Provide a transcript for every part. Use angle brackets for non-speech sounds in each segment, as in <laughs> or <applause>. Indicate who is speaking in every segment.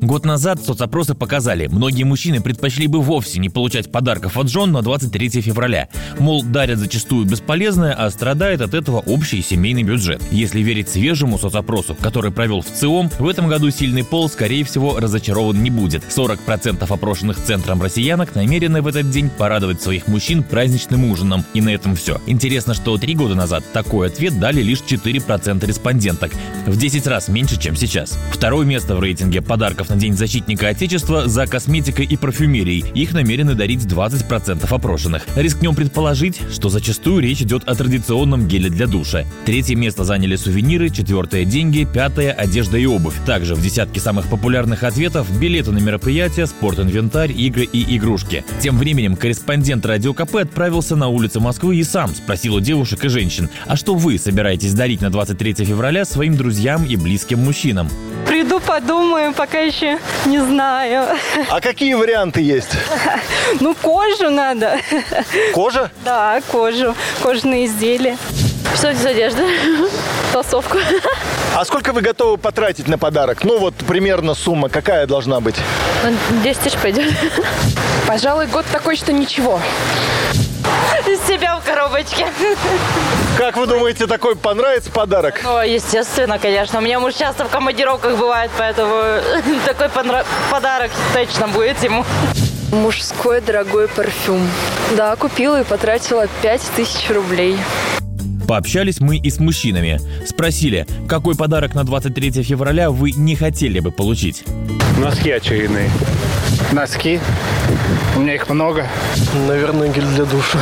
Speaker 1: Год назад соцопросы показали, многие мужчины предпочли бы вовсе не получать подарков от жен на 23 февраля. Мол, дарят зачастую бесполезное, а страдает от этого общий семейный бюджет. Если верить свежему соцопросу, который провел в ЦИОМ, в этом году сильный пол, скорее всего, разочарован не будет. 40% опрошенных центром россиянок намерены в этот день порадовать своих мужчин праздничным ужином. И на этом все. Интересно, что три года назад такой ответ дали лишь 4% респонденток. В 10 раз меньше, чем сейчас. Второе место в рейтинге подарков на День защитника Отечества за косметикой и парфюмерией. Их намерены дарить 20% опрошенных. Рискнем предположить, что зачастую речь идет о традиционном геле для душа. Третье место заняли сувениры, четвертое – деньги, пятое – одежда и обувь. Также в десятке самых популярных ответов – билеты на мероприятия, спорт-инвентарь, игры и игрушки. Тем временем корреспондент Радио КП отправился на улицы Москвы и сам спросил у девушек и женщин, а что вы собираетесь дарить на 23 февраля своим друзьям и близким мужчинам?
Speaker 2: Приду, подумаю, пока еще не знаю.
Speaker 3: А какие варианты есть?
Speaker 2: Ну, кожу надо.
Speaker 3: Кожа?
Speaker 2: Да, кожу, кожные изделия.
Speaker 4: Что это за одежда? Толсовку.
Speaker 3: А сколько вы готовы потратить на подарок? Ну, вот примерно сумма какая должна быть?
Speaker 4: 10 Ну, тысяч пойдет.
Speaker 5: Пожалуй, год такой, что ничего.
Speaker 4: Из себя в коробочке.
Speaker 3: Как вы думаете, такой понравится подарок?
Speaker 4: О, Ну, естественно, конечно. У меня муж часто в командировках бывает, поэтому <laughs> такой понра- подарок точно будет ему.
Speaker 6: Мужской дорогой парфюм. Да, купила и потратила 5000 рублей.
Speaker 1: Пообщались мы и с мужчинами. Спросили, какой подарок на 23 февраля вы не хотели бы получить.
Speaker 7: Носки очередные.
Speaker 8: Носки. У меня их много.
Speaker 9: Наверное, гель для <laughs> душа.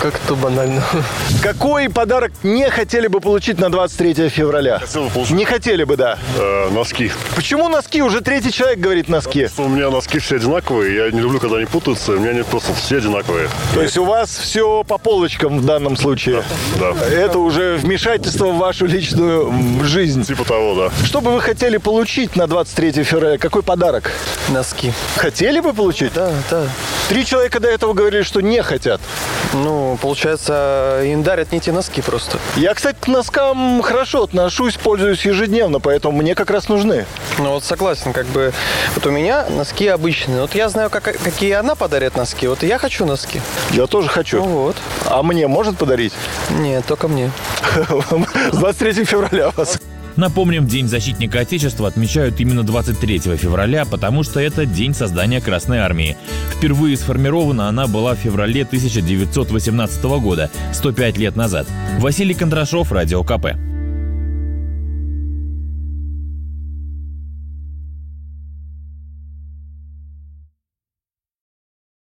Speaker 9: Как-то банально.
Speaker 3: Какой подарок не хотели бы получить на 23 февраля? Не хотели бы, да.
Speaker 10: Э, носки.
Speaker 3: Почему носки? Уже третий человек говорит носки.
Speaker 10: У меня носки все одинаковые, я не люблю, когда они путаются, у меня они просто все одинаковые.
Speaker 3: То есть у вас все по полочкам в данном случае.
Speaker 10: Да.
Speaker 3: Это уже вмешательство в вашу личную м, жизнь.
Speaker 10: Типа того, да.
Speaker 3: Что бы вы хотели получить на 23 февраля? Какой подарок?
Speaker 9: Носки.
Speaker 3: Хотели бы получить?
Speaker 9: Да, да.
Speaker 3: Три человека до этого говорили, что не хотят.
Speaker 9: Ну, получается, им дарят не те носки просто.
Speaker 3: Я, кстати, к носкам хорошо отношусь, пользуюсь ежедневно, поэтому мне как раз нужны.
Speaker 9: Ну, вот согласен, как бы, вот у меня носки обычные. Вот я знаю, как, какие она подарит носки. Вот я хочу носки.
Speaker 3: Я тоже
Speaker 9: Ну
Speaker 3: хочу.
Speaker 9: вот.
Speaker 3: А мне может подарить? <laughs>
Speaker 9: Нет, только мне.
Speaker 3: С 23 февраля вас.
Speaker 1: Напомним, День защитника Отечества отмечают именно 23 февраля, потому что это день создания Красной Армии. Впервые сформирована она была в феврале 1918 года, 105 лет назад. Василий Кондрашов, Радио КП.